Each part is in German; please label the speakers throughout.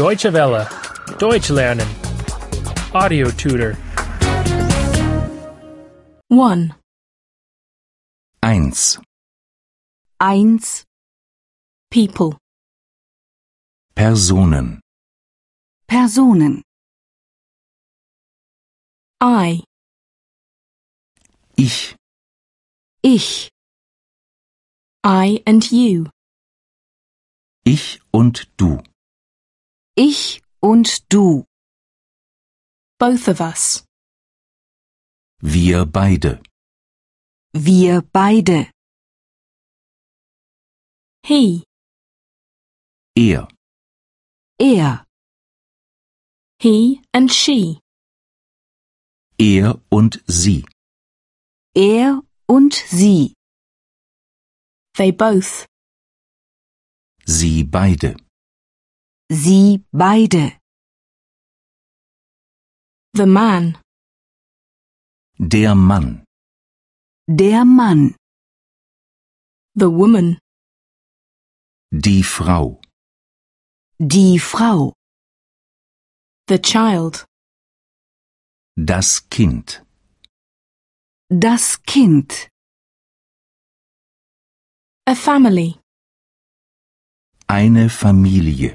Speaker 1: Deutsche Welle. Deutsch lernen. Audio tutor.
Speaker 2: 1.
Speaker 3: 1.
Speaker 2: 1. People.
Speaker 3: Personen.
Speaker 4: Personen.
Speaker 2: I.
Speaker 3: Ich,
Speaker 4: Ich,
Speaker 2: I and you.
Speaker 3: ich und du.
Speaker 4: ich und du.
Speaker 2: Both of us.
Speaker 3: Wir beide.
Speaker 4: Wir beide.
Speaker 2: He.
Speaker 3: Er,
Speaker 4: Er,
Speaker 2: He and she.
Speaker 3: er und sie.
Speaker 4: er und sie.
Speaker 2: They both.
Speaker 3: Sie beide.
Speaker 4: Sie beide.
Speaker 2: The man.
Speaker 3: Der Mann,
Speaker 4: Der Mann.
Speaker 2: The woman.
Speaker 3: die Frau,
Speaker 4: Die Frau.
Speaker 2: The child.
Speaker 3: das Kind,
Speaker 4: Das Kind.
Speaker 2: A family.
Speaker 3: eine Familie,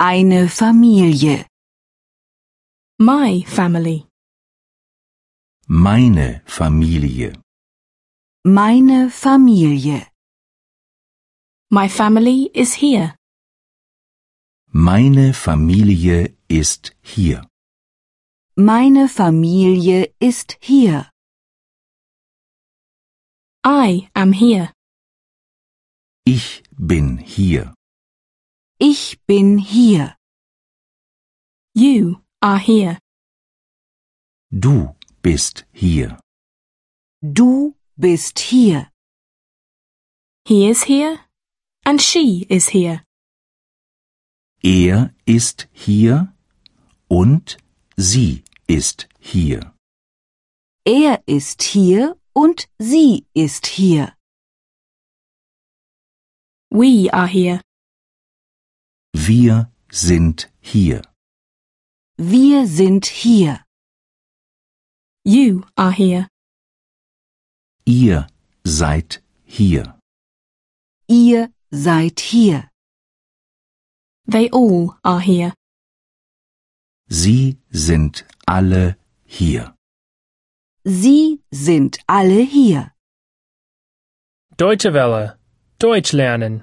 Speaker 4: Eine Familie.
Speaker 2: My family.
Speaker 3: meine Familie,
Speaker 4: Meine Familie.
Speaker 2: My family is here.
Speaker 3: meine Familie ist hier.
Speaker 4: Meine Familie ist hier.
Speaker 2: I am here.
Speaker 3: Ich bin hier.
Speaker 4: Ich bin hier.
Speaker 2: You are here.
Speaker 3: Du bist hier.
Speaker 4: Du bist hier.
Speaker 2: He is here. And she is here.
Speaker 3: Er ist hier und sie ist hier.
Speaker 4: Er ist hier und sie ist hier.
Speaker 2: We are here.
Speaker 3: Wir sind hier.
Speaker 4: Wir sind hier.
Speaker 2: You are here.
Speaker 3: Ihr seid hier.
Speaker 4: Ihr seid hier.
Speaker 2: They all are here.
Speaker 3: Sie sind alle hier.
Speaker 4: Sie sind alle hier.
Speaker 1: Deutsche Welle. Deutsch lernen.